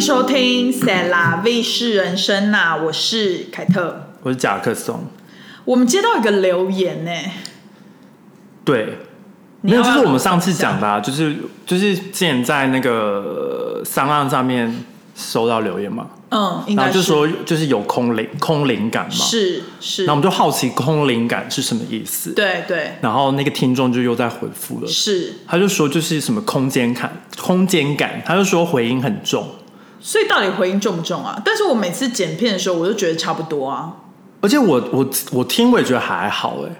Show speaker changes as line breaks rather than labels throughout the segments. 收听《塞拉卫视人生》呐，我是凯特。
我是贾克松。
我们接到一个留言呢、
对，
你
没有，
要不
就
要
是我们上次讲的、啊，就是就是之前在那个呃商案上面收到留言嘛，
嗯，应该
然后就是说就是有空灵空灵感嘛，
是是
那我，们就好奇空灵感是什么意思，
对对
然后那个听众就又在回复了，
是，
他就说就是什么空间感，空间感，他就说回音很重，
所以到底回音重不重啊？但是我每次剪片的时候，我就觉得差不多啊。
而且我我我听我也觉得还好哎、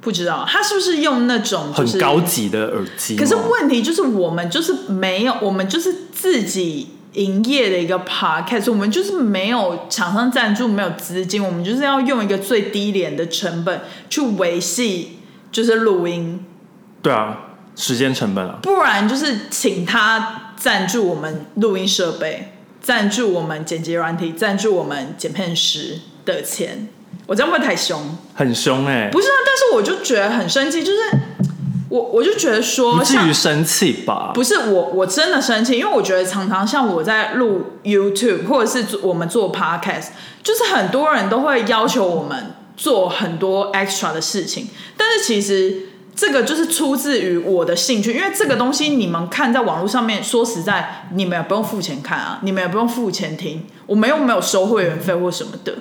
不知道他是不是用那种就是
很高级的耳机吗，
可是问题就是，我们就是没有，我们就是自己营业的一个 podcast，我们就是没有厂商赞助，没有资金，我们就是要用一个最低廉的成本去维系，就是录音，
对啊，时间成本啊，
不然就是请他赞助我们录音设备，赞助我们剪辑软体，赞助我们剪片师的钱。我这样会不会太凶？
很凶哎、
不是啊，但是我就觉得很生气，就是我我就觉得说，
不至
像
于生气吧？
不是我，我真的生气，因为我觉得常常像我在录 YouTube 或者是做我们做 Podcast，就是很多人都会要求我们做很多 extra 的事情，但是其实这个就是出自于我的兴趣，因为这个东西你们看在网络上面，说实在，你们也不用付钱看啊，你们也不用付钱听，我们又没有收会员费或什么的，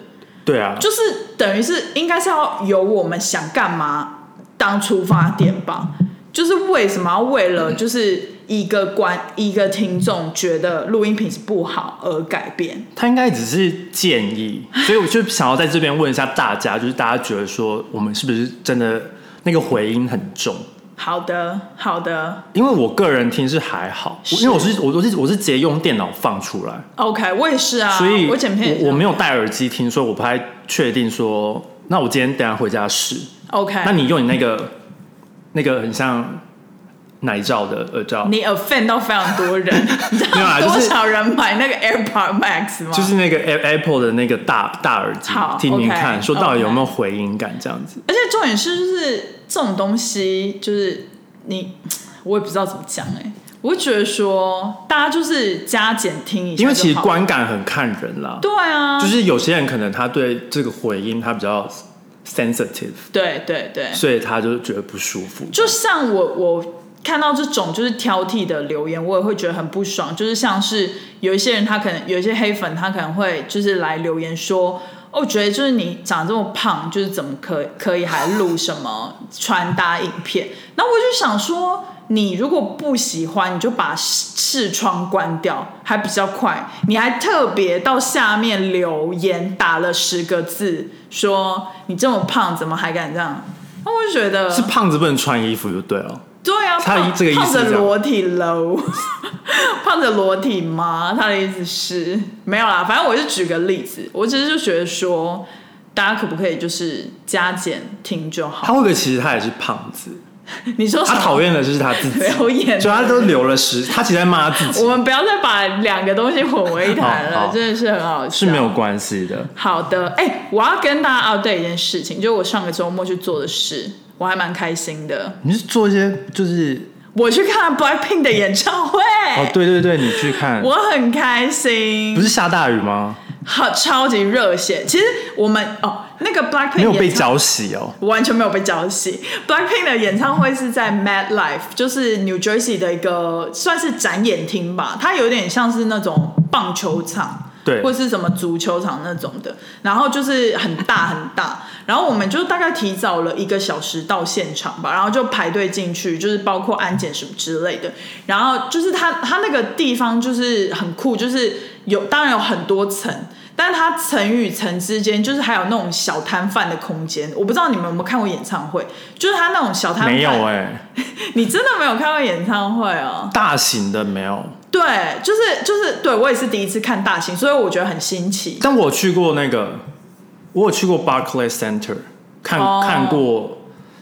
对啊，
就是等于是应该是要由我们想干嘛当出发点吧。就是为什么要为
嗯
了就是一个观一个听众觉得录音品质不好而改变？
他应该只是 建议，所以我就想要在这边问一下大家，就是大家觉得说我们是不是真的那个回音很重？
好的，好的
因为我个人听是还好，
是
因为我是我我是我是直接用电脑放出来，
，OK，我也是啊，
所以
我剪片也是
我我没有戴耳机听，所以我不太确定说，那我今天等一下回家试。
OK，
那你用你那个那个很像奶罩的耳罩，
你 offend 到非常多人，你知
没有
道
啊就是
多少人买那个 AirPod Max 吗？
就是那个 A- Apple 的那个大大耳机
好，
听听看
OK，
说到底有没有回音感这样子。
而且重点是，就是这种东西，就是你，我也不知道怎么讲哎、我会觉得说，大家就是加减听一下就好，
因为其实观感很看人啦，
对啊，
就是有些人可能他对这个回音他比较 sensitive，
对对对，
所以他就觉得不舒服。
就像我我看到这种就是挑剔的留言，我也会觉得很不爽。就是像是有一些人，他可能有一些黑粉，他可能会就是来留言说。哦我觉得就是你长这么胖，就是怎么可可以还录什么穿搭影片？然后我就想说，你如果不喜欢，你就把视视窗关掉，还比较快。你还特别到下面留言打了十个字，说你这么胖，怎么还敢这样？那我就觉得
是胖子不能穿衣服就对了，
对啊，
他的
胖
这个意思
胖
是
子
这样
裸体喽， 胖子裸体吗？他的意思是没有啦，反正我就举个例子，我只是就觉得说，大家可不可以就是加减听就
他
好？
会不会其实他也是胖子？
你说什
他
么
讨厌的就是 他自己，
留言
就他都留了十，他其实在骂自己
我们不要再把两个东西混为一谈
好
了，
好
真的是很好笑。
是没有关系的。
好的，哎、我要跟大家 update 一件事情，就是我上个周末去做的事，我还蛮开心的。
你是做一些就是
我去看 Blackpink 的演唱会，
哦，对对对，你去看，
哎我很开心。
不是下大雨吗？
好，超级热血。其实我们哦，那个 Blackpink
没有被
演唱，
浇洗哦。
我完全没有被浇熄。Blackpink 的演唱会是在 Mad Life，就是 New Jersey 的一个算是展演厅吧，它有点像是那种棒球场。
对
或是什么足球场那种的，然后就是很 大很大，然后我们就大概提早了一个小时到现场吧，然后就排队进去，就是包括安检什么之类的，然后就是它它那个地方就是很酷，就是有当然有很多层。但它层与层之间，就是还有那种小摊贩的空间。我不知道你们有没有看过演唱会，就是它那种小摊贩。
没有哎、
你真的没有看过演唱会哦？
大型的没有，
对，就是就是，对我也是第一次看大型，所以我觉得很新奇。
但我去过那个，我有去过 Barclay Center 看、
哦
看过，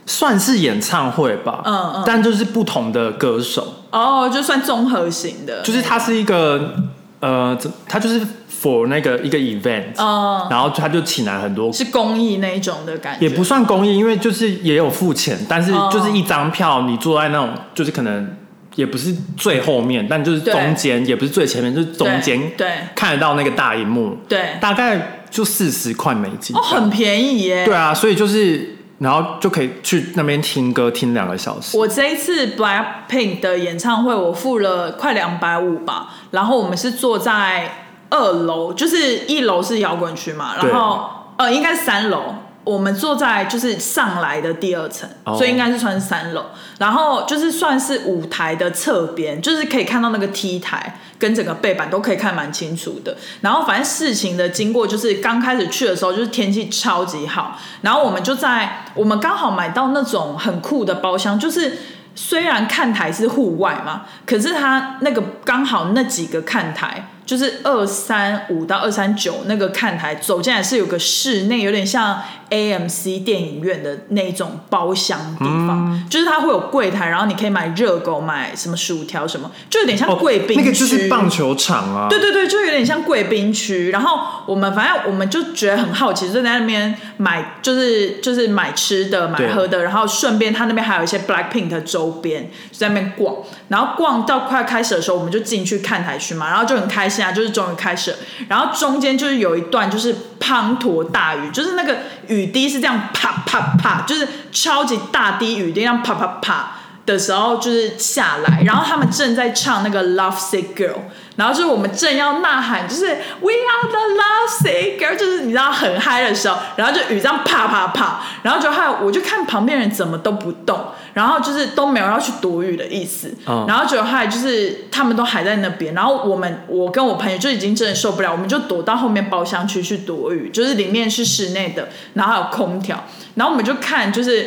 算是演唱会吧，
嗯嗯
但就是不同的歌手，
哦，就算综合型的，
就是它是一个呃，这它就是 for 那个一个 event，、
嗯，
然后他就请来很多。
是公益那一种的感觉，
也不算公益，因为就是也有付钱，但是
哦
就是一张票，你坐在那种就是可能也不是最后面，但就是
对
中间，也不是最前面，就是中间
对
看得到那个大荧幕，
对，
大概就四十块美金
哦，
这样，
很便宜耶。
对啊，所以就是然后就可以去那边听歌听两个小时，
我这一次 Blackpink 的演唱会，我付了快两百五吧，然后我们是坐在二楼，就是一楼是摇滚区嘛，
对
然后呃应该是三楼。我们坐在就是上来的第二层
哦
所以应该是算是三楼。然后就是算是舞台的侧边，就是可以看到那个 T 台跟整个背板都可以看蛮清楚的。然后反正事情的经过就是刚开始去的时候，就是天气超级好，然后我们就在我们刚好买到那种很酷的包厢，就是。虽然看台是户外嘛，可是它那个刚好那几个看台，就是二三五到二三九那个看台，走进来是有个室内，有点像 AMC 电影院的那种包厢地方，
嗯
就是它会有柜台，然后你可以买热狗、买什么薯条什么，就有点像贵宾、区。
哦那个就是棒球场啊，
对对对，就有点像贵宾区。然后我们反正我们就觉得很好奇，就在那边买，就是就是买吃的、买
对
喝的，然后顺便他那边还有一些 Blackpink 的周边，就在那边逛。然后逛到快开始的时候，我们就进去看台区嘛，然后就很开心啊，就是终于开始了。然后中间就是有一段就是滂沱大雨，就是那个雨滴是这样啪啪啪，就是超级大滴雨滴，这样啪啪啪。的时候就是下来，然后他们正在唱那个《Love Sick Girl》，然后就是我们正要呐喊，就是 We are the Love Sick Girl，就是你知道很嗨的时候，然后就雨这样啪啪啪，然后就还有我就看旁边人怎么都不动，然后就是都没有要去躲雨的意思，
嗯
然后就还有就是他们都还在那边，然后我们我跟我朋友就已经真的受不了，我们就躲到后面包厢区去躲雨，就是里面是室内的，然后还有空调，然后我们就看就是。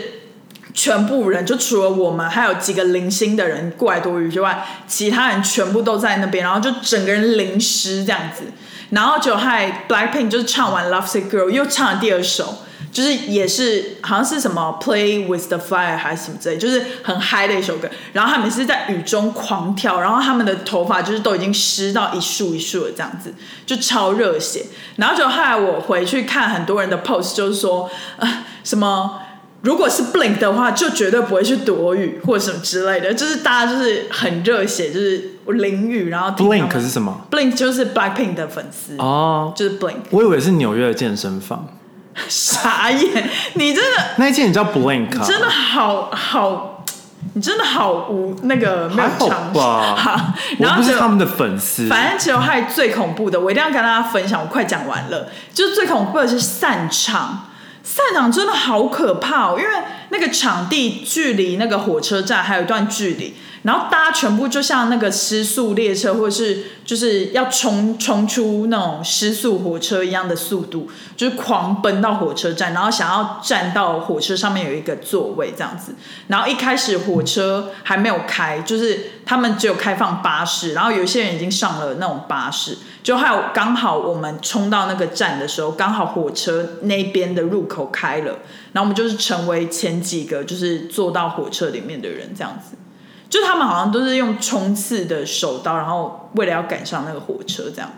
全部人就除了我们，还有几个零星的人过来躲雨之外，其他人全部都在那边，然后就整个人淋湿这样子。然后就害 Blackpink 就是唱完《Love Sick Girl》，又唱了第二首，就是也是好像是什么《Play with the Fire》还是什么之类，就是很嗨的一首歌。然后他们是在雨中狂跳，然后他们的头发就是都已经湿到一束一束的这样子，就超热血。然后就害我回去看很多人的 post，就是说呃什么。如果是 Blink 的话，就绝对不会去躲雨或者什么之类的，就是大家就是很热血，就是淋雨然后听他们
Blink 是什么？
Blink 就是 Blackpink 的粉丝，
哦，
就是 Blink。
我以为是纽约的健身房，
傻眼， 你真的
那一间也叫 Blink 啊，
真的好好，你真的好无那个没有
还好
常识。
吧
好然后
我不
只
是
有
他们的粉丝，
反正只有还最恐怖的，我一定要跟大家分享。我快讲完了，就是最恐怖的是散场，散场真的好可怕哦，因为那个场地距离那个火车站还有一段距离，然后大家全部就像那个失速列车，或者是就是要冲冲出那种失速火车一样的速度，就是狂奔到火车站，然后想要站到火车上面有一个座位这样子。然后一开始火车还没有开，就是他们只有开放巴士，然后有一些人已经上了那种巴士，就还有刚好我们冲到那个站的时候，刚好火车那边的入口开了，然后我们就是成为前几个就是坐到火车里面的人这样子。就他们好像都是用冲刺的手刀，然后为了要赶上那个火车，这样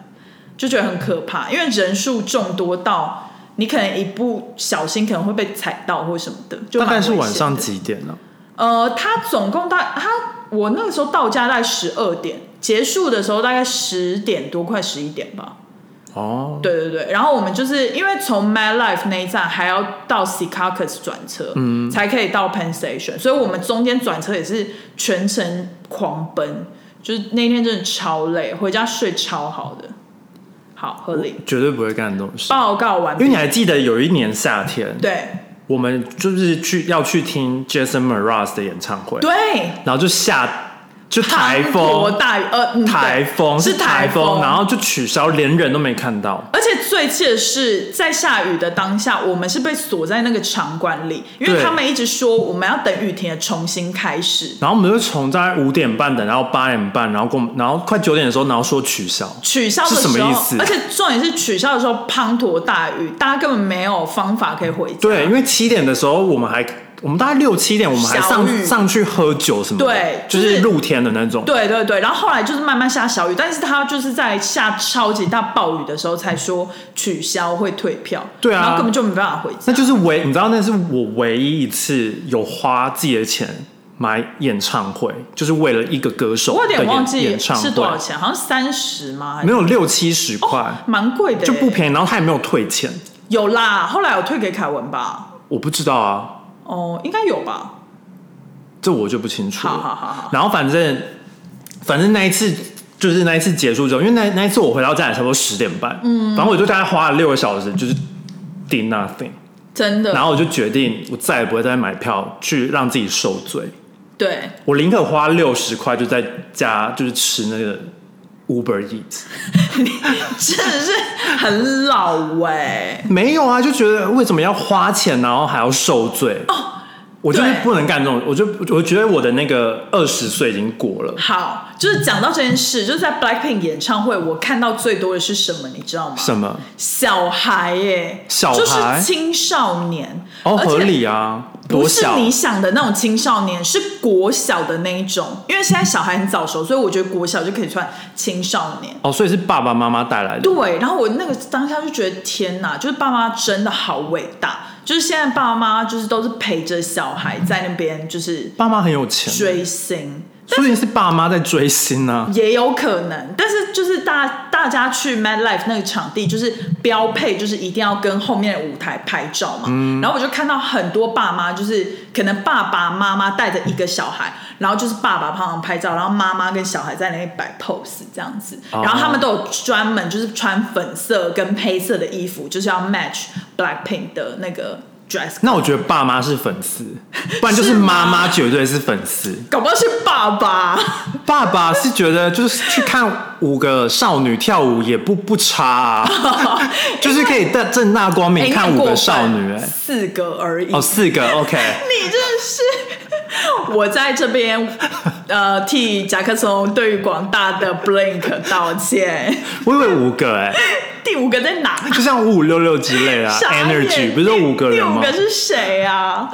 就觉得很可怕，因为人数众多到你可能一不小心可能会被踩到或什么的。就
大
蛮
概是
危
晚
险
上
的
几点啊呢、
呃，他总共大他我那个时候到家大概十二点，结束的时候大概十点多，快十一点吧。
哦，
对对对，然后我们就是因为从 Mad Life 那一站还要到 Secaucus 转车，嗯，才可以到 Penn Station，所以我们中间转车也是全程狂奔，就是那天真的超累，回家睡超好的。好，合理。
绝对不会干这种事。
报告完
因为
毕。
你还记得有一年夏天，
对
我们就是去要去听 Jason Mraz 的演唱会，
对，
然后就下就台
滂
风
沱，大雨，呃，嗯对
台风
是
台
风，
然后就取消，连人都没看到。
而且最气的是，在下雨的当下，我们是被锁在那个场馆里，因为
对
他们一直说我们要等雨停了重新开始，
然后我们就从大概五点半等到八点半，然后跟我们，然后快九点的时候，然后说取消，
取消的时
是什么意
候
思，
而且重点是取消的时候滂沱大雨，大家根本没有方法可以回家。
对，因为七点的时候我们还，我们大概六七点我们还
小雨
上上去喝酒什么的，
对
就
就是
是露天的那种，
对对对，然后后来就是慢慢下小雨，但是他就是在下超级大暴雨的时候才说取消会退票，
对啊
然后根本就没办法回家。
那就是唯你知道那是我唯一一次有花自己的钱买演唱会，就是为了一个歌手
我有
的
点忘
演
记
演唱
是
会，
多少钱，好像三十吗？还
没
是
有六七十块、
蛮贵的欸，
就不便宜，然后他也没有退钱，
有啦。后来有退给凯文吧？
我不知道啊，
哦，应该有吧。
这我就不清楚了。
好好好好，
然后反正反正那一次就是那一次结束之后，因为那那一次我回到家也差不多十点半，嗯，反正我就大概花了六个小时，就是 did nothing，
真的。
然后我就决定我再也不会再买票去让自己受罪，
对，
我宁可花六十块就在家就是吃那个 Uber Eats，
真的是很老哎、
没有啊，就觉得为什么要花钱然后还要受罪？我就是
哦对
不能干这种，我就我觉得我的那个二十岁已经过了，
好，就是讲到这件事，就是在 Blackpink 演唱会，我看到最多的是什么，你知道吗？
什么？
小孩耶、
小孩
就是青少年，
哦，
而
合
且
理啊，
不
多
是
小？
你想的那种青少年，是国小的那一种。因为现在小孩很早熟，所以我觉得国小就可以算青少年。
哦，所以是爸爸妈妈带来的。
对，然后我那个当下就觉得天哪，就是爸妈真的好伟大，就是现在爸妈就是都是陪着小孩在那边就是
爸妈很有钱，
追星，
说不定是爸妈在追星啊呢、
也有可能，但是就是大大家去 Mad Life 那个场地，就是标配，就是一定要跟后面的舞台拍照嘛。
嗯
然后我就看到很多爸妈，就是可能爸爸妈妈带着一个小孩，然后就是爸爸帮忙拍照，然后妈妈跟小孩在那里摆 pose 这样子。
哦
然后他们都有专门就是穿粉色跟黑色的衣服，就是要 match Blackpink 的那个 dress。
那我觉得爸妈是粉丝，不然就是
是吗
妈妈绝对是粉丝。
搞不好是爸爸，
爸爸是觉得就是去看五个少女跳舞也不不差啊， 就是可以正正大光明看五个少女、
哎那过分
哎，
四个而已。
哦，四个 OK，
你真的是，我在这边呃替甲壳虫对于广大的 Blink 道歉。
我以为五个哎、
第五个在哪？
就像五五六六之类啊
傻眼
，Energy 不是有五个人
第五
吗？
个是谁啊？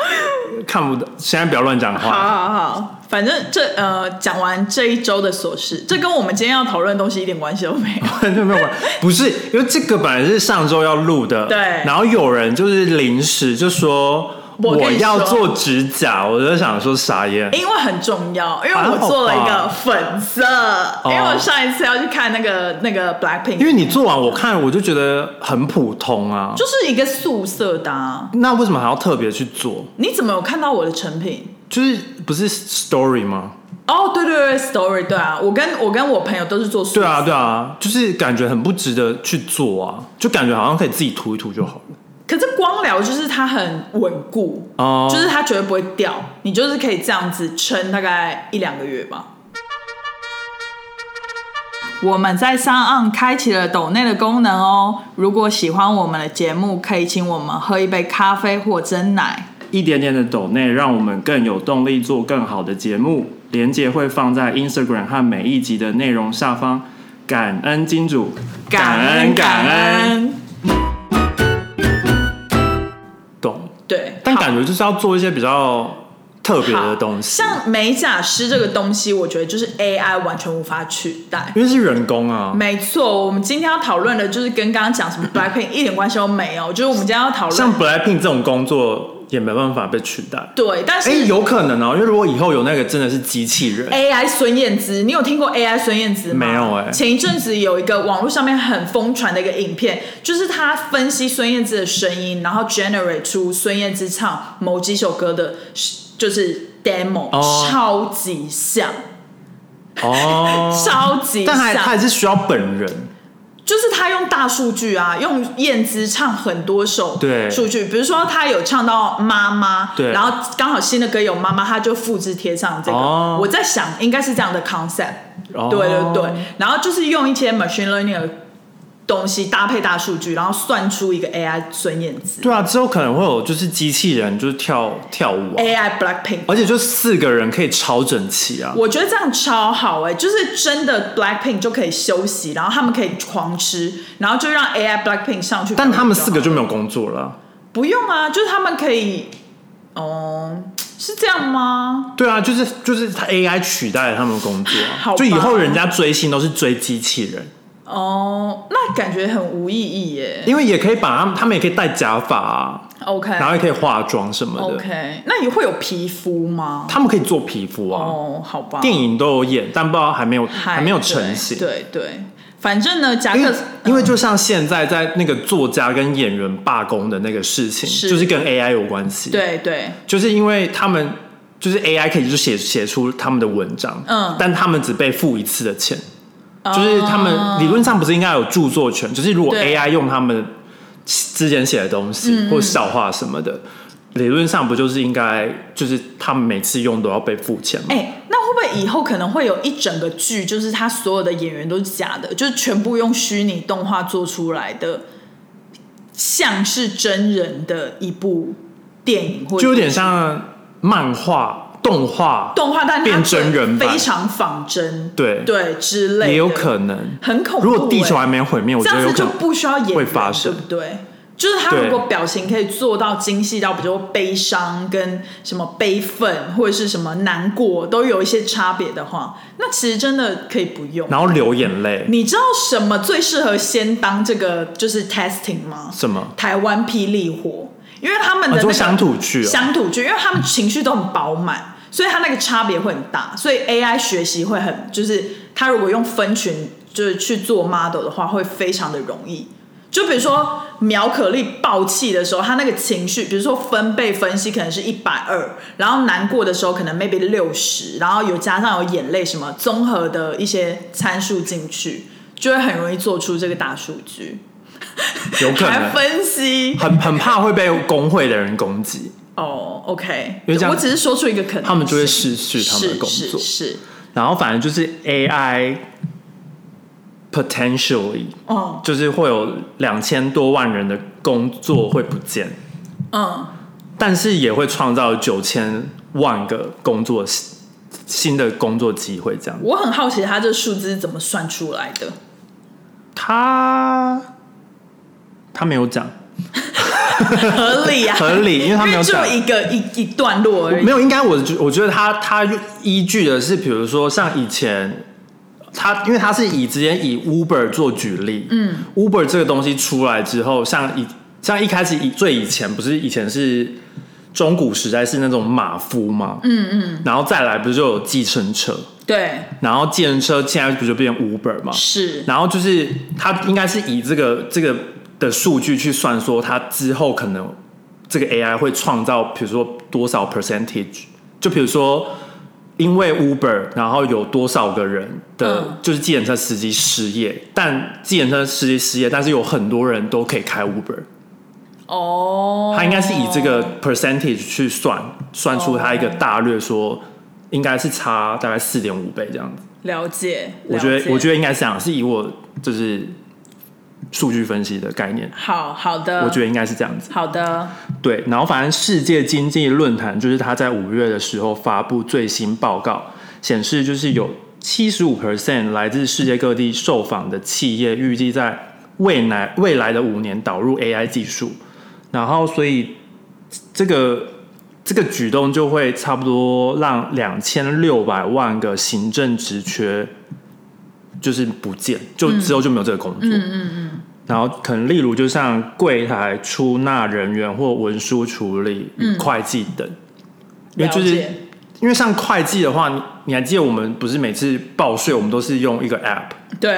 看不到，现在不要乱讲
好
话。
好好，反正这呃讲完这一周的琐事，这跟我们今天要讨论的东西一点关系都没有。
就 没有玩，不是因为这个本来是上周要录的，
对
然后有人就是临时就说
我跟你
要
说
做指甲，我就想说傻眼，
因为很重要，因为
啊还好
我
吧哦
做了一个粉色，因为我上一次要去看那个那个 Blackpink，
因为你做完我看我就觉得很普通啊，
就是一个素色的、啊。
那为什么还要特别去做？
你怎么有看到我的成品？
就是不是 story 吗？
哦，对对对，story，对啊，我跟我跟我朋友都是做素
对啊，对啊，就是感觉很不值得去做啊，就感觉好像可以自己涂一涂就好了。
可是光疗就是它很稳固，
哦
就是它绝对不会掉，你就是可以这样子撑大概一两个月吧。我们在上岸开启了抖内的功能哦，如果喜欢我们的节目，可以请我们喝一杯咖啡或蒸奶。
一点点的抖内，让我们更有动力做更好的节目。连接会放在 Instagram 和每一集的内容下方。感恩金主，
感恩，
懂。
对，
但感觉就是要做一些比较特别的东西，
好像美甲师这个东西，我觉得就是 AI 完全无法取代。
因为是人工啊。
没错，我们今天要讨论的就是跟刚刚讲 什么 Blackpink 一点关系都没有，就是我们今天要讨
像
论
Blackpink 这种工作也没办法被取代。
对，但是哎
哎、有可能哦、因为如果以后有那个真的是机器人，
AI 孙燕姿，你有听过 AI 孙燕姿吗？
没有欸
前一阵子有一个网络上面很疯传的一个影片，就是他分析孙燕姿的声音，然后 generate 出孙燕姿唱某几首歌的，就是 demo，、
哦
超级像，
哦，
超级像。
但还他还是需要本人。
就是他用大数据啊，用燕姿唱很多首
对
数据，比如说他有唱到妈妈，
对
然后刚好新的歌有妈妈，他就复制贴上这个。
哦
我在想应该是这样的 concept，、
哦
对对对，然后就是用一些 machine learning 的东西搭配大数据，然后算出一个 AI 孙燕姿
对啊，之后可能会有就是机器人就是跳跳舞啊，
，AI Blackpink。
而且就四个人可以超整齐啊。
我觉得这样超好哎、就是真的 Blackpink 就可以休息，然后他们可以狂吃，然后就让 AI Blackpink 上去表演就好。
但他们四个就没有工作了啊。
不用啊，就是他们可以，哦、是这样吗？
对啊，就是就是他 AI 取代了他们的工作啊、
好吧
就以后人家追星都是追机器人，
哦、那感觉很无意义耶。
因为也可以把他们，他们也可以戴假发啊，
OK
然后也可以化妆什么的。
OK，那你会有皮肤吗？
他们可以做皮肤啊，
哦，好吧，
电影都有演，但不知道还没有
嗨
还没有成型。
对对对，反正呢，夹
因为
克
因为就像现在在那个作家跟演员罢工的那个事情，
是
就是跟 AI 有关系。，
对对
就是因为他们就是 AI 可以就写写出他们的文章，
嗯哦
但他们只被付一次的钱，就是他们理论上不是应该有著作权？就是如果
对嗯
AI 用他们之前写的东西或笑话什么的，理论上不就是应该就是他们每次用都要被付钱吗？
哎、那会不会以后可能会有一整个剧，就是他所有的演员都是假的，就是全部用虚拟动画做出来的，像是真人的一部电影或者
就有点像漫画、动画，
动画，但它
变真人版
非常仿真，
对
对之类的，
也有可能。
很恐怖、
如果地球
哎
还没有毁灭，我
这
觉得
样
有
子
可
就
能。
不需要演员
会发生
对不对？就是他
对
如果表情可以做到精细到，比如说悲伤跟什么悲愤或者是什么难过，都有一些差别的话，那其实真的可以不用。
然后流眼泪，
你知道什么最适合先当这个就是 testing 吗？
什么？
台湾霹雳火，因为他们的、那
啊
个
做乡土剧哦
乡土剧，因为他们情绪都很饱满，所以他那个差别会很大，所以 AI 学习会很，就是他如果用分群就是去做 model 的话，会非常的容易。就比如说苗可丽爆气的时候，她那个情绪，比如说分贝分析可能是一百二，然后难过的时候可能 maybe 六十，然后有加上有眼泪什么综合的一些参数进去，就会很容易做出这个大数据，
有可
还
能。
分析。
很很怕会被工会的人攻击，
哦、o k
因为这样
我只是说出一个可能性，
他们就会失去他们的工
是
作
是。是，
然后反正就是 AI potentially
嗯
就是会有两千多万人的工作会不见，
嗯，
但是也会创造九千万个工作新的工作机会。这样，
我很好奇他这数字是怎么算出来 的，
他他没有讲
合理啊，
合理，因为他
因
没有
为就
讲。
一个一一段落而已，
没有，应该我觉我觉得他他依据的是，比如说像以前他，因为他是以之前以 Uber 做举例，嗯，Uber 这个东西出来之后，像以像一开始以最以前不是以前是中古时代是那种马夫嘛，嗯嗯，然后再来不是就有计程车，
对，
然后计程车现在不就变 Uber 嘛，
是
然后就是他应该是以这个这个的数据去算说，他之后可能这个 AI 会创造，比如说多少 percentage，就比如说因为 Uber，然后有多少个人的，
嗯
就是计程车司机失业，但计程车司机失业，但是有很多人都可以开 Uber，
哦，
他应该是以这个 percentage 去算，算出他一个大略说。应该是差大概四点五倍这样子，
了解，
我觉得我
得
觉得应该是这样，是以我就是数据分析的概念，
好好的，
我觉得应该是这样子。
好的，
对，然后反正世界经济论坛就是他在五月的时候发布最新报告，显示就是有七十五 percent 来自世界各地受访的企业预计在未来未来的五年导入 AI 技术，然后所以这个。这个举动就会差不多让两千六百万个行政职缺就是不见，就
嗯
之后就没有这个工作。然后可能例如就像柜台、出纳人员或文书处理、与会计等，因为
嗯了
就是
解，
因为像会计的话，你你还记得我们不是每次报税，我们都是用一个 app，
对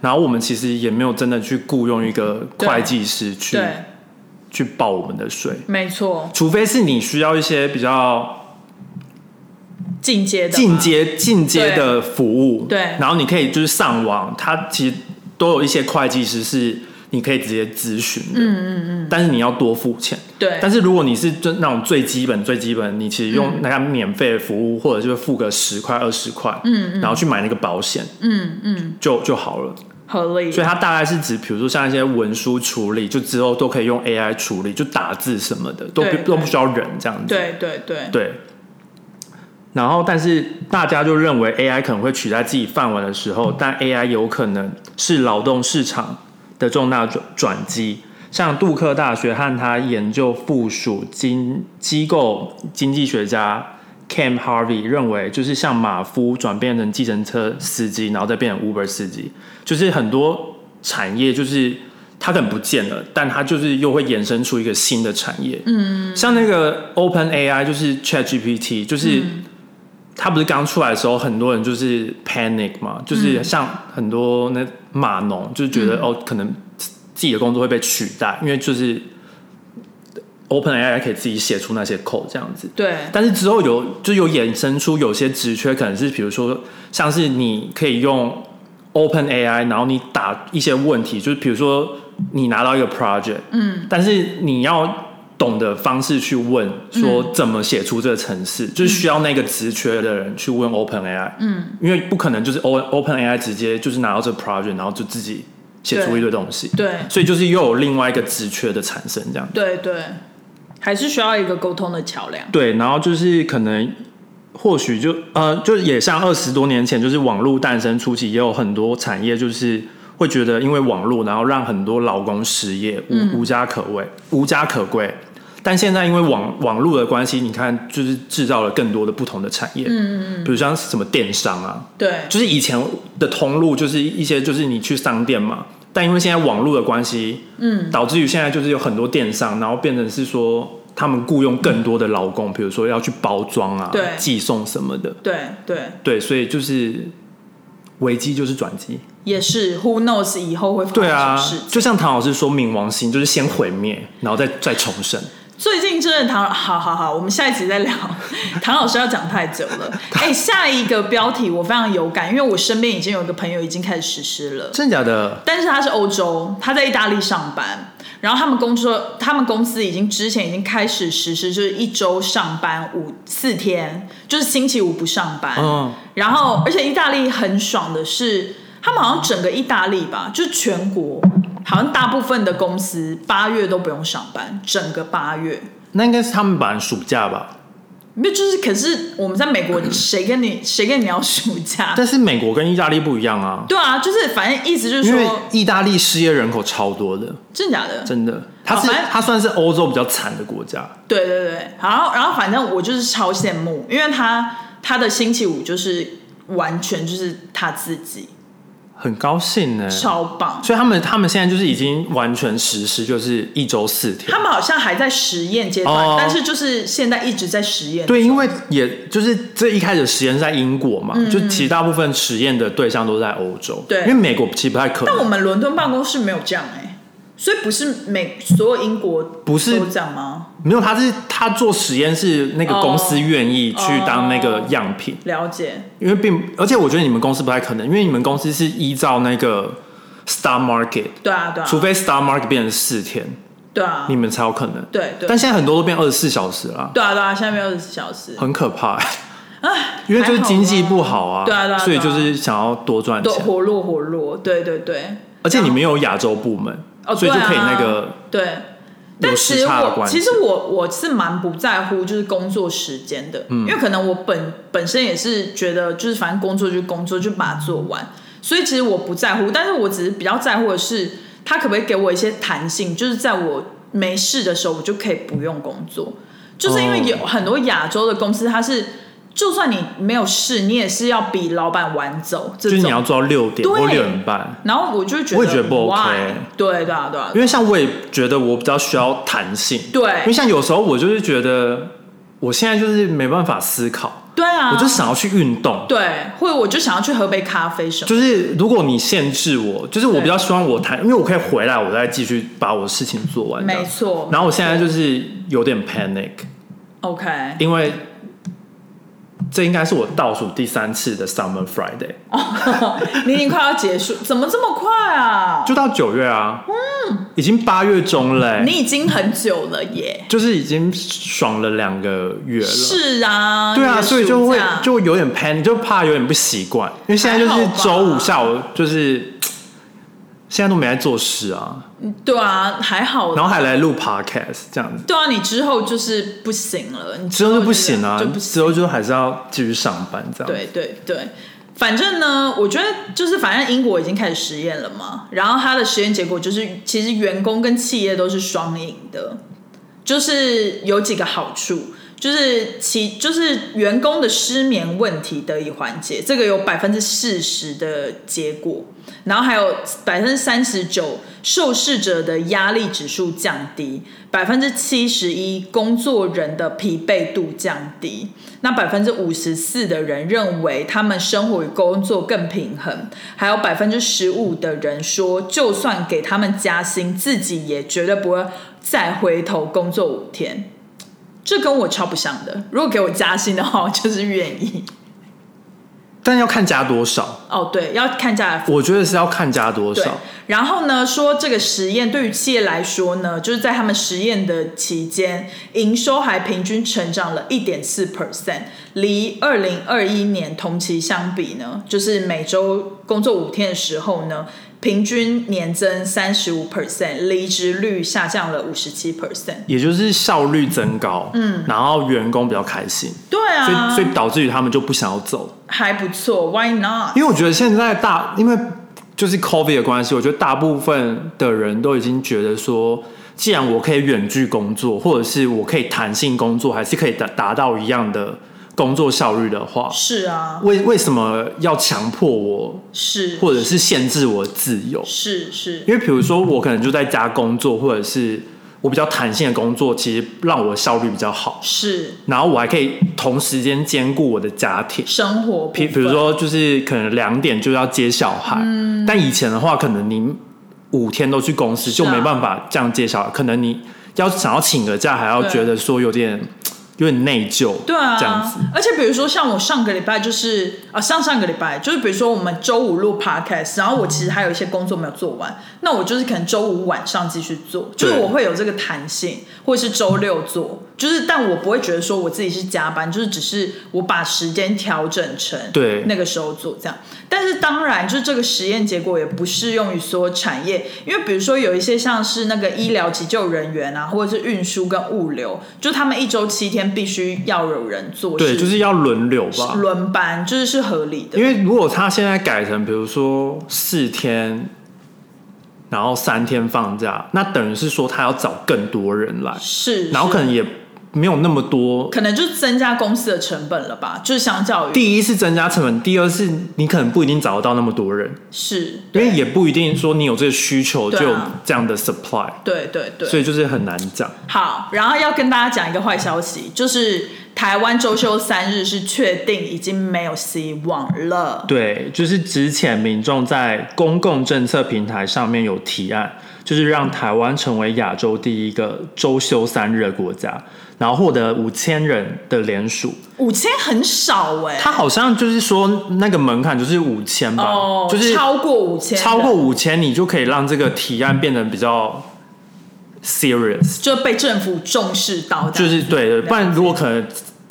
然后我们其实也没有真的去雇佣一个会计师
嗯
去
对，
去报我们的税，
没错，
除非是你需要一些比较
进阶的嘛
进阶进阶的服务，
对
然后你可以就是上网，它其实都有一些会计师是你可以直接咨询的，嗯嗯嗯，但是你要多付钱。
对，
但
是
是如果你是就那种最基本最基本，你其实用那个免费的服务，或者就是付个十块二十块，嗯然后去买那个保险，嗯嗯，就就好了。
合理
所以它大概是指，比如说像一些文书处理，就之后都可以用 AI 处理，就打字什么的，都不
对
都不需要人这样子。
对对对，
对。然后，但是大家就认为 AI 可能会取代自己饭碗的时候，但 AI 有可能是劳动市场的重大转转机。像杜克大学和他研究附属经机构经济学家 Cam Harvey 认为，就是像马夫转变成计程车司机，然后再变成 Uber 司机，就是很多产业就是它可能不见了，但它就是又会衍生出一个新的产业。嗯，像那个 Open AI 就是 Chat GPT，就是它不是刚出来的时候，很多人就是 panic 嘛，就是像很多那码农，就是觉得、哦，可能自己的工作会被取代，因为就是 Open AI 可以自己写出那些 code 这样子。
对，
但是之后有就有衍生出有些职缺，可能是比如说像是你可以用 Open AI，然后你打一些问题，就是比如说你拿到一个 project，
嗯，
但是你要懂得方式去问，
嗯
说怎么写出这个程式，就是需要那个职缺的人去问 Open AI，
嗯，
因为不可能就是 O Open AI 直接就是拿到这个 project，然后就自己写出一堆东西，
对，
所以就是又有另外一个职缺的产生这样。
对对，还是需要一个沟通的桥梁。
对，然后就是可能或许就呃，就也像二十多年前，就是网络诞生初期，也有很多产业就是会觉得因为网络，然后让很多劳工失业，无无家可归，无家可归。但现在因为网网络的关系，你看就是制造了更多的不同的产业，嗯嗯，比如像什么电商啊，
对，
就是以前的通路就是一些就是你去商店嘛，但因为现在网络的关系，嗯，导致于现在就是有很多电商，然后变成是说他们雇佣更多的劳工，比如说要去包装啊、
对
寄送什么的，
对对，
对，所以就是危机就是转机，
也是。Who knows 以后会发生
对
什么
啊
事？，
就像唐老师说，冥王星就是先毁灭，然后再再重生，
最近真的唐，好好好，我们下一集再聊。唐老师要讲太久了。 哎、下一个标题我非常有感，因为我身边已经有一个朋友已经开始实施了。
真假的？
但是他是欧洲，他在意大利上班，然后他们公司他们公司已经之前已经开始实施，就是一周上班五四天，就是星期五不上班。
嗯，
然后而且意大利很爽的是，他们好像整个意大利吧，就是全国好像大部分的公司八月都不用上班，整个八月。
那应该是他们版暑假吧？
没有，就是可是我们在美国，谁跟你谁跟你聊暑假？
但是美国跟意大利不一样啊，
对啊，就是反正意思就是
因为
说，
意大利失业人口超多的。
真假的？
真的，它是
好哦反正
它算是欧洲比较惨的国家。
对对对，然后然后反正我就是超羡慕，因为他他的星期五就是完全就是他自己，
很高兴呢、
超棒。
所以他们他们现在就是已经完全实施，就是一周四天
他。们好像还在实验阶段，
哦
但是就是现在一直在实验。
对，因为也就是这一开始实验是在英国嘛，就其实大部分实验的对象都在欧洲。
嗯对
因为美国其实不太可
但我
能，
们伦敦办公室没有这样哎、所以不是每所有英国
不是
都这样吗？
没有，他是他做实验是那个公
哦
司愿意去当那个样品，
了解，
因为并而且我觉得你们公司不太可能，因为你们公司是依照那个 star market，
对啊对啊，
除非 star market 变成四天，
对啊，
你们才有可能。
对对
但现在很多都变二十四小时啦，
对啊对啊，现在没有二十四小时，
很可怕、欸。 因为就是经济不好啊，
还好啊对啊对啊
所以就是想要多赚
多
钱，
活络活络，对对对。
而且你们有亚洲部门，
哦，
所以就可以那个
对啊、对。但其
时
实
差的
我
关系
其实我我是蛮不在乎就是工作时间的，因
嗯
为可能我本本身也是觉得就是反正工作就工作就把它做完，所以其实我不在乎，但是我只是比较在乎的是他可不可以给我一些弹性，就是在我没事的时候我就可以不用工作，就是因为
哦
有很多亚洲的公司它是就算你没有事，你也是要比老板晚走，这
就是
种
你要做到六点
对
或六点半，
然后我就会觉得
我也觉得不 OK
why？对对啊对啊
因，为像我也觉得我比较需要弹性，
对
因为像有时候我就是觉得我现在就是没办法思考，
对啊，
我就想要去运动。
对，或者我就想要去喝杯咖啡什么。
就是如果你限制我，就是我
对
比较希望我弹，因为我可以回来，我再继续把我的事情做完。
没。错。
然后我现在就是有点 panic，
OK，
因为这应该是我倒数第三次的 Summer Friday，
哦你已经快要结束，怎么这么快啊？
就到九月啊，嗯，已经八月中嘞、
你已经很久了耶。
就是已经爽了两个月了。
是啊，
对
你
啊，
的
所以就
暑
会
假
就有点 panic，就怕有点不习惯，因为现在就
还
是
好吧
周五下午，就是现在都没在做事啊，
对啊，还好。
然后还来录 podcast 这样子，
对啊，你之后就是不行了，你
之后就
就
不行啊
哦就不，
之
行。
后就还是要继续上班这样。
对对对，反正呢，我觉得就是反正英国已经开始实验了嘛，然后它的实验结果就是，其实员工跟企业都是双赢的，就是有几个好处。就是其就是员工的失眠问题得以缓解，这个有百分之四十的结果，然后还有百分之三十九受试者的压力指数降低，百分之七十一工作人的疲惫度降低，那百分之五十四的人认为他们生活与工作更平衡，还有百分之十五的人说，就算给他们加薪，自己也绝对不会再回头工作五天。这跟我超不像的。如果给我加薪的话， 我就是愿意。
但要看加多少，
哦，对，要看价。
我觉得是要看加多
对
少。，
然后呢，说这个实验对于企业来说呢，就是在他们实验的期间，营收还平均成长了一点四 percent，离二零二一年同期相比呢，就是每周工作五天的时候呢，平均年增三十五 percent，离职率下降了五十七 percent。
也就是效率增高，嗯，然后员工比较开心，
对
所以
啊，
所以导致于他们就不想要走。
还不错，Why not？
因为我觉得现在大，因为就是 COVID 的关系，我觉得大部分的人都已经觉得说，既然我可以远距工作，或者是我可以弹性工作，还是可以达达到一样的工作效率的话，
是啊，
为为什么要强迫我，
是，
或者是限制我自由？
是是
因为比如说，我可能就在家工作，或者是我比较弹性的工作，其实让我效率比较好，
是，
然后我还可以同时间兼顾我的家庭。
生活部
比
分
比如说，就是可能两点就要接小孩，
嗯
但以前的话，可能你五天都去公司
是
就
啊
没办法这样接小孩，可能你要想要请个假，还要
对
觉得说有点有点内疚，
对啊，
这样子。
而且比如说像我上个礼拜就是啊，上上个礼拜就是比如说我们周五录 podcast，然后我其实还有一些工作没有做完，那我就是可能周五晚上继续做，就是
对
我会有这个弹性，或者是周六做，就是但我不会觉得说我自己是加班，就是只是我把时间调整成
对
那个时候做这样。但是当然，就是这个实验结果也不适用于所有产业，因为比如说有一些像是那个医疗急救人员啊，或者是运输跟物流，就他们一周七天必须要有人做事，
对，就是要轮流吧。
轮班，就是是合理的
因。为如果他现在改成比如说四天，然后三天放假，那等于是说他要找更多人来，
是，
然后
是
可能也没有那么多。
可能就增加公司的成本了吧，就是相较于
第一是增加成本，第二是你可能不一定找得到那么多人，
是，
因为也不一定说你有这个需求
对啊
就有这样的 supply，、
对对对。
所以就是很难讲。
好，然后要跟大家讲一个坏消息，就是台湾周休三日是确定已经没有希望了。
对，就是之前民众在公共政策平台上面有提案，就是让台湾成为亚洲第一个周休三日的国家，然后获得五千人的联署。
五千很少哎、
他好像就是说那个门槛就是五千吧，
哦，
就是
超过五千，
超过五千，你就可以让这个提案变得比较 serious。
就被政府重视到这
就
样，
是对的，不然如果可能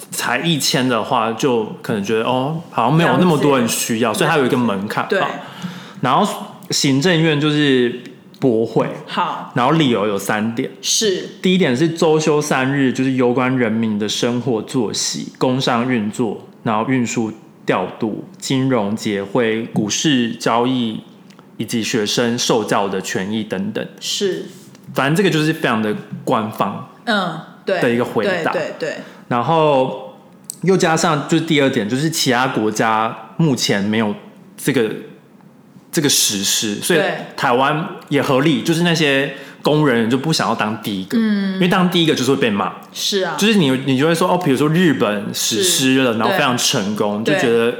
才一千的话，就可能觉得哦，好像没有那么多人需要，所以它有一个门槛
对
吧。然后行政院就是驳回，
好
然后理由有三点。
是
第一点是周休三日，就是攸关人民的生活作息、工商运作，然后运输调度、金融结汇、股市交易以及学生受教的权益等等。
是
反正这个就是非常的官方。
嗯对
的一个回答
对对对
然后又加上就是第二点，就是其他国家目前没有这个这个实施，所以
对
台湾也合理，就是那些工人就不想要当第一个，嗯，因为当第一个就是会被骂，
是啊，
就是你你就会说哦，比如说日本实施了，
是
然后
对
非常成功，就
对
觉得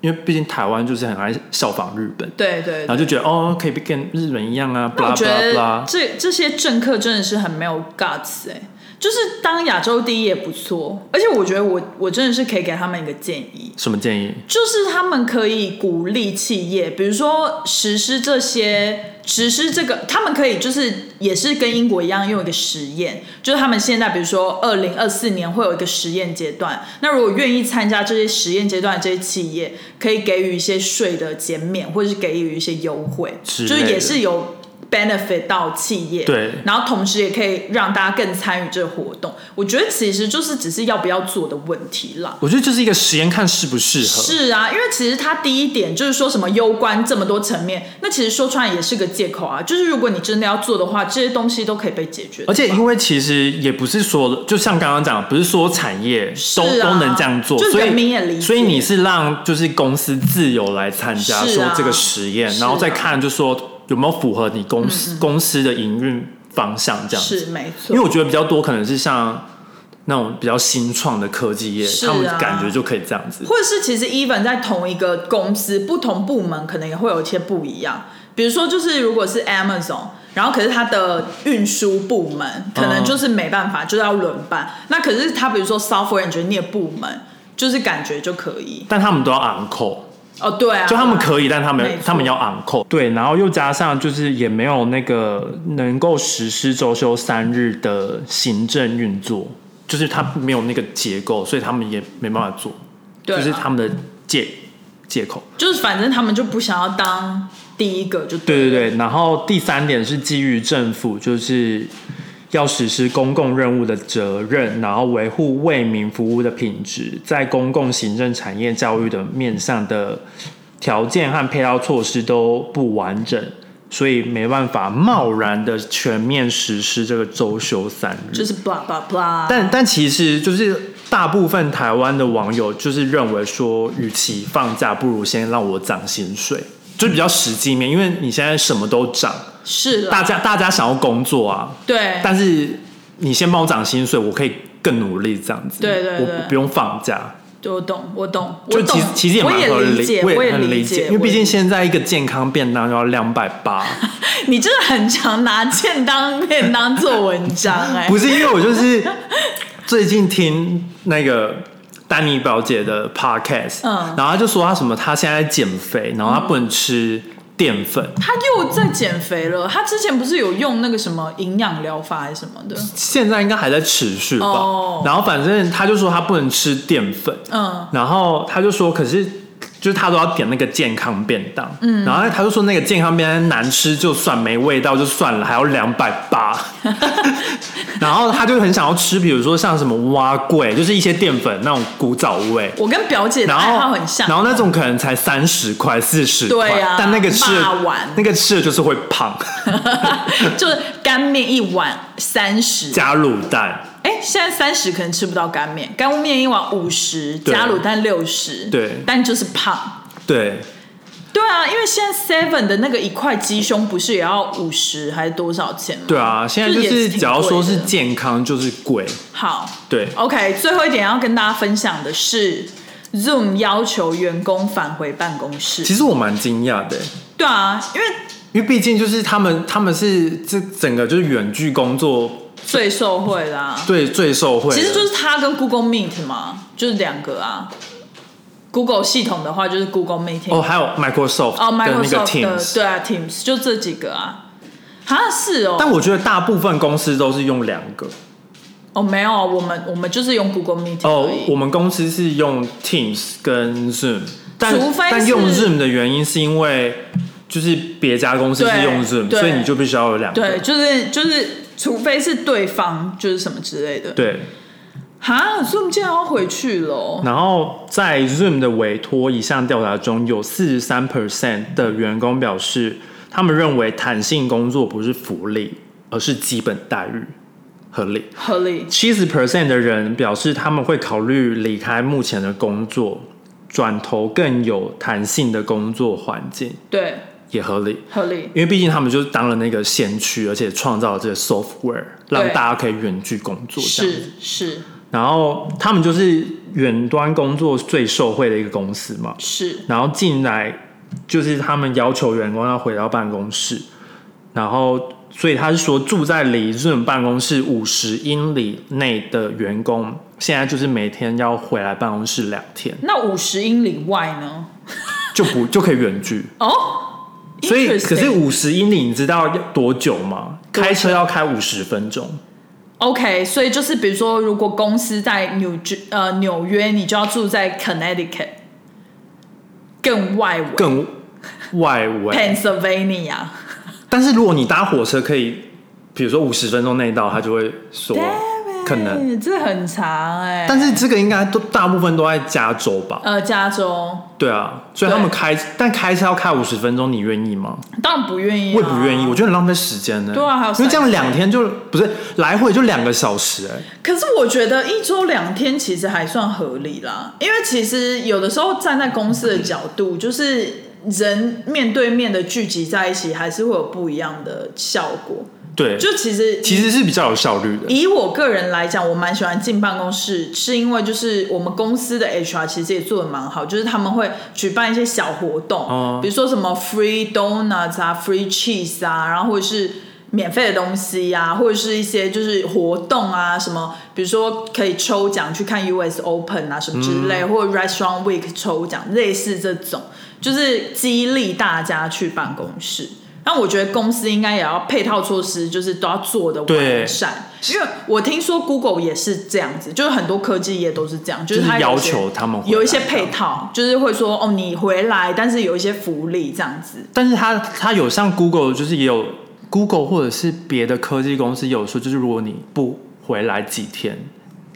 因为毕竟台湾就是很爱效仿日本，
对对
然后
对。
就觉得哦可以跟日本一样啊，
那
巴
我
拉
觉
巴拉巴
得，
拉
这这些政客真的是很没有 guts 哎、就是当亚洲第一也不错，而且我觉得我我真的是可以给他们一个建议，
什么建议？
就是他们可以鼓励企业，比如说实施这些，实施这个，他们可以就是也是跟英国一样用一个实验，就是他们现在比如说二零二四年会有一个实验阶段，那如果愿意参加这些实验阶段的这些企业，可以给予一些税的减免，或者是给予一些优惠，
之
就是
类
也
的
是有 benefit 到企业，
对
然后同时也可以让大家更参与这个活动。我觉得其实就是只是要不要做的问题啦。
我觉得就是一个实验，看适不适合。
是啊，因为其实它第一点就是说什么攸关这么多层面，那其实说穿了也是个借口啊。就是如果你真的要做的话，这些东西都可以被解决的嘛。
而且因为其实也不是说，就像刚刚讲，不是说产业都、
是啊
都能这样做，
就
所
人民
以
也理解
所以你是让就是公司自由来参加
是
说
啊
这个实验，
是啊嗯
然后再看就说有没有符合你公司、公司的营运方向这样子。
是没错，
因为我觉得比较多可能是像那种比较新创的科技业，
是啊
他们感觉就可以这样子。
或者是其实 even 在同一个公司，不同部门可能也会有一些不一样。比如说，就是如果是 Amazon，然后可是它的运输部门可能就是没办法，就是要轮班。那可是它比如说 software engineer 部门，就是感觉就可以。
但他们都要 on call，
哦，对啊，
就他们可
以，
以，但他们
没错
他们要 on call。对，然后又加上就是也没有那个能够实施周休三日的行政运作，就是它没有那个结构，所以他们也没办法做，
对啊、
就是他们的借借口。
就是反正他们就不想要当第一个，就
对
了
对对，然后第三点是基于政府就是要实施公共任务的责任，然后维护为民服务的品质，在公共行政、产业、教育的面上的条件和配套措施都不完整，所以没办法贸然的全面实施这个周休三日。
就是 blah blah blah。
但但其实就是大部分台湾的网友就是认为说，与其放假，不如先让我涨薪水，就比较实际面，因为你现在什么都涨，
是啦
大家大家想要工作啊，
对，
但是你先帮我涨薪水，我可以更努力这样子，
对对对
我不用放假。
我懂，我懂，
就
我
其
懂
实其实也
我
蛮
也
合
理
理
解，，
我
也
很理
解，
因为毕
我也
竟
理解
现在一个健康便当要两百八，
你真的很常拿便当便当做文章哎、
不是因为我就是最近听那个丹尼表姐的 podcast，
嗯
然后她就说她什么，她现在在减肥，然后她不能吃淀粉，
他又在减肥了。他之前不是有用那个什么营养疗法还是什么的？
现在应该还在持续吧。
哦
然后反正她就说她不能吃淀粉，
嗯，
然后她就说可是。就是她都要点那个健康便当，嗯，然后她就说那个健康便当难吃就算没味道就算了，还要两百 八，然后她就很想要吃，比如说像什么蛙桂，就是一些淀粉那种古早味，
我跟表姐的
然
爱好
后
很像，
然后那种可能才三十块、四十块，
对啊
但那个吃
霸
了
碗
那个吃了就是会胖，
就是干面一碗三十，
加卤蛋，
哎，现在三十可能吃不到干面，干面一碗五十，
对
加卤蛋六十，
对
但就是胖。
对，
对啊，因为现在 Seven 的那个一块鸡胸不是也要五十还是多少钱吗？
对啊，现在就
也
是
挺
只要说是
贵的
健康就是贵，
好，
对
，OK，最后一点要跟大家分享的是，Zoom 要求员工返回办公室。
其实我蛮惊讶的、
对啊，因为
因为毕竟就是他们他们是这整个就是远距工作
最受惠啦、
最最受惠的，
其实就是它跟 Google Meet 嘛，就是两个啊。Google 系统的话就是 Google Meeting，
哦，还有 Microsoft
哦
的那个
Microsoft 的
Teams。
对啊 Teams 就这几个啊。啊，是哦，
但我觉得大部分公司都是用两个
哦没有，我们我们就是用 Google Meeting
哦
而已，
我们公司是用 Teams 跟 Zoom，但
除非是
但用 Zoom 的原因是因为就是别家公司是
对
用 Zoom，
对
所以你就必须要有两个。
对，就是就是，除非是对方就是什么之类的。
对
哈，所以我们竟然要回去了哦。
然后在 Zoom 的委托一项调查中，有四十三 percent 的员工表示，他们认为弹性工作不是福利，而是基本待遇合理。
合理，
七十 percent 的人表示他们会考虑离开目前的工作，转投更有弹性的工作环境，
对，
也合理。
合理，
因为毕竟他们就是当了那个先驱，而且创造了这个 software，让
对
大家可以远距工作这样。
是是
然后他们就是远端工作最受惠的一个公司嘛。
是，
然后进来就是他们要求员工要回到办公室，然后所以他是说住在离 Zoom 办公室五十英里内的员工，现在就是每天要回来办公室两天，
那五十英里外呢？
就不就可以远距。
哦，
所以，
interesting
可是五十英里你知道要多久吗？
多久
开车要开五十分钟。
OK，所以就是比如说，如果公司在纽居呃纽约，你就要住在 Connecticut，更外围
更外围。
Pennsylvania，
但是如果你搭火车可以，比如说五十分钟内到，他就会说
Damn it，
可能。
这很长哎、
但是这个应该都大部分都在加州吧？
呃，加州
对啊，所以他们
对
开，但开车要开五十分钟，你愿意吗？
当然不愿意、啊，
我也不愿意，我觉得很浪费时间呢、
对啊还有
因为这样
塞车
两天就不是来回就两个小时哎、
可是我觉得一周两天其实还算合理啦，因为其实有的时候站在公司的角
嗯
度，就是人面对面的聚集在一起，还是会有不一样的效果。
对，
就其实
其实是比较有效率的。
以我个人来讲，我蛮喜欢进办公室，是因为就是我们公司的 HR 其实也做的蛮好，就是他们会举办一些小活动，
哦
比如说什么 free donuts 啊、free cheese 啊，然后或者是免费的东西啊，或者是一些就是活动啊，什么比如说可以抽奖去看 US Open 啊什么之
嗯
类，或者 Restaurant Week 抽奖，类似这种，就是激励大家去办公室。但我觉得公司应该也要配套措施，就是都要做的
对
完善，因为我听说 Google 也是这样子，就是很多科技业都是这样，就是它有
要
些
求他们回
有一些
来
配
的
套，就是会说哦，你回来，但是有一些福利这样子。
但是它它有像 Google，就是也有 Google 或者是别的科技公司有说，就是如果你不回来几天，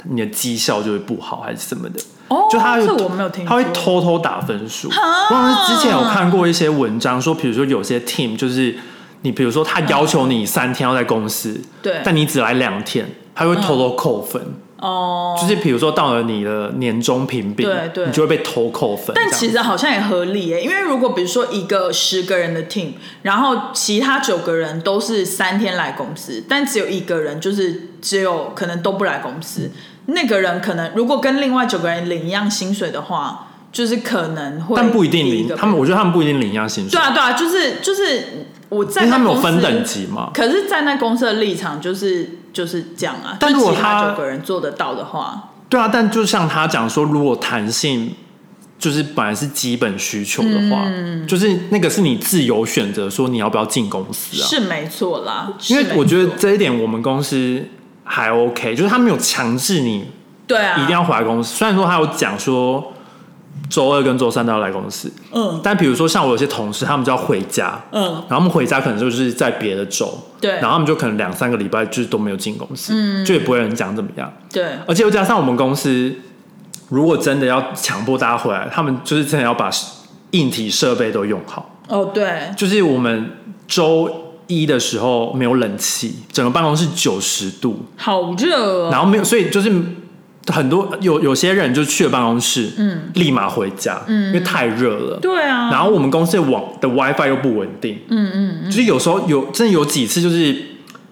你的绩效就会不好还是什么的。
哦，
就他会
这我没有听
他
说，
会偷偷打分数。
啊
我好像之前有看过一些文章说，比如说有些 team 就是你，比如说他要求你三天要在公司，
对
但你只来两天，他会偷偷扣分。
哦，
就是比如说到了你的年终评比，
对对
你就会被偷扣分。
但
这样
其实好像也合理耶，因为如果比如说一个十个人的 team，然后其他九个人都是三天来公司，但只有一个人就是只有可能都不来公司，那个人可能如果跟另外九个人领一样薪水的话，就是可能会
但不一定
低个
领，
比
他们我觉得他们不一定领一样薪水
对，啊对啊，就是就是我
因
在
为他
那
们有
公司
分等级嘛。
可是站在公司的立场就是就是这样啊，
但
就
如果
其他
他
九个人做得到的话，
对啊，但就像他讲说，如果弹性就是本来是基本需求的话，
嗯
就是那个是你自由选择，说你要不要进公司啊。
是没错啦。
因为
是没
我觉得
错
这一点我们公司还 OK，就是他没有强制你
对啊，
一定要回来公司。虽然说他有讲说周二跟周三都要来公司，
嗯
但比如说像我有些同事，他们就要回家，
嗯。
然后他们回家可能就是在别的州，
对
然后他们就可能两三个礼拜就是都没有进公司，嗯，就也不会有人讲怎么样。
对，
而且又加上我们公司，如果真的要强迫大家回来，他们就是真的要把硬体设备都用好。
哦对，
就是我们周一的时候没有冷气，整个办公室九十度，
好热哦。
然后没有，所以就是很多有有些人就去了办公室，嗯，立马回家，嗯，因为太热了。
对啊，
然后我们公司的网的 WiFi 又不稳定，嗯嗯就是有时候有真的有几次就是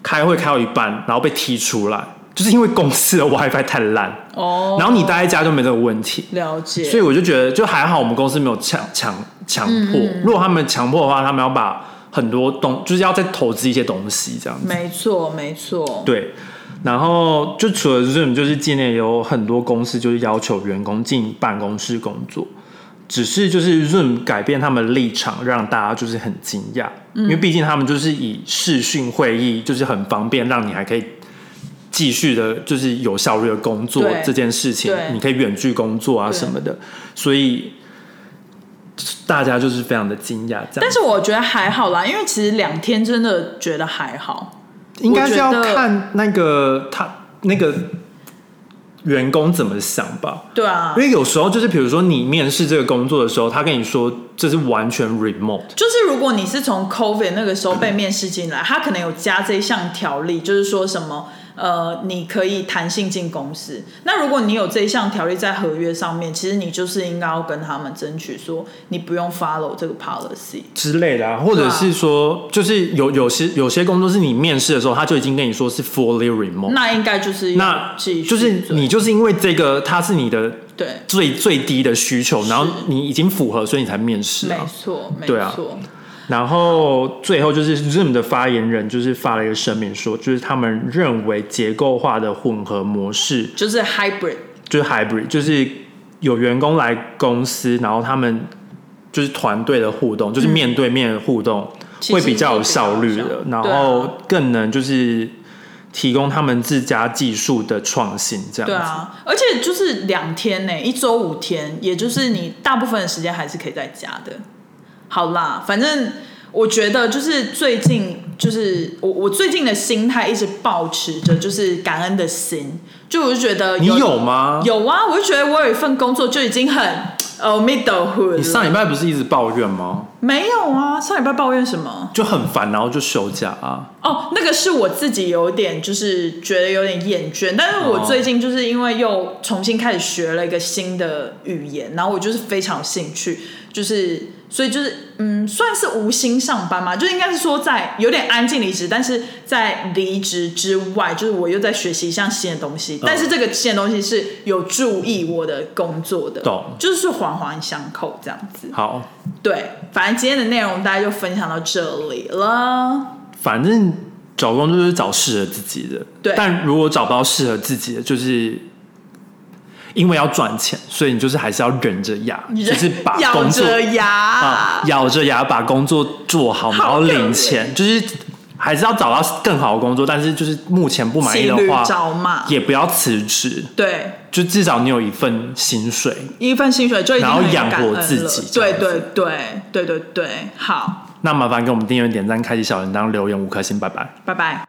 开会开到一半，然后被踢出来，就是因为公司的 WiFi 太烂，
哦，
然后你待在家就没这个问题。
了解，
所以我就觉得，就还好，我们公司没有强强强迫。如果他们强迫的话，他们要把很多东，就是要再投资一些东西这样子。
没错没错，
对，然后就除了这种，就是今年有很多公司就是要求员工进办公室工作，只是就是 Zoom 改变他们的立场，让大家就是很惊讶，
嗯
因为毕竟他们就是以视讯会议就是很方便，让你还可以。继续的，就是有效率的工作
对
这件事情
对，
你可以远距工作啊
对
什么的，所以大家就是非常的惊讶。这样
但是我觉得还好啦，因为其实两天真的觉得还好。
应该是要
我觉得
看那个他那个员工怎么想吧。
对啊
因，为有时候就是，比如说你面试这个工作的时候，他跟你说这是完全 remote，
就是如果你是从 COVID 那个时候被面试进来，他可能有加这一项条例，就是说什么呃，你可以弹性进公司。那如果你有这一项条例在合约上面，其实你就是应该要跟他们争取说，你不用 follow 这个 policy。
之类的、啊，或者是说，就是有有些有些工作是你面试的时候，他就已经跟你说是 fully remote，
那应该就是要
哦那
继续
就是
追
你就是因为这个，它是你的
对。
最最低的需求，然后你已经符合，所以你才面试啊
没。错，没
对啊
错，
然后最后就是 Zoom 的发言人就是发了一个声明说，就是他们认为结构化的混合模式
就是 hybrid，
就是 hybrid，就是有员工来公司，然后他们就是团队的互动，就是面对面的互动、
其实
会比较有效率
会
的，
比较
然
有效
后更能就是提供他们自家技术的创新这样
对
子。
啊，而且就是两天呢、一周五天，也就是你大部分的时间还是可以在家的。好啦，反正我觉得就是最近，就是我我最近的心态一直保持着就是感恩的心，就我就觉得
你有吗？
有啊，我就觉得我有一份工作就已经很呃 middlehood
你
了。
上礼拜不是一直抱怨吗？
没有啊，上礼拜抱怨什么？
就很烦，然后就休假啊。
哦，那个是我自己有点就是觉得有点厌倦，但是我
哦
最近就是因为又重新开始学了一个新的语言，然后我就是非常有兴趣，就是所以就是嗯，算是无心上班嘛，就应该是说在有点安静离职，但是在离职之外，就是我又在学习一项新的东西，但是这个新的东西是有注意我的工作的，
懂
就是环环相扣这样子。
好，
对，反正今天的内容大家就分享到这里了。
反正找工作就是找适合自己的。
对
但如果找不到适合自己的，就是因为要赚钱，所以你就是还是要忍着牙，就是把
咬
工作
着牙、
啊，咬着牙把工作做好，然
好
后
可
领钱，就是还是要找到更好的工作。但是就是目前不满意
骑
的
驴
话，
找马。
也不要辞职，
对，
就至少你有一份薪水。
一份薪水就已经
然后
很有
养
感
活
恩了
自己
对
这样
对对对对对，好，
那麻烦给我们订阅、点赞、开启小铃铛、留言五颗星，拜拜。
拜拜。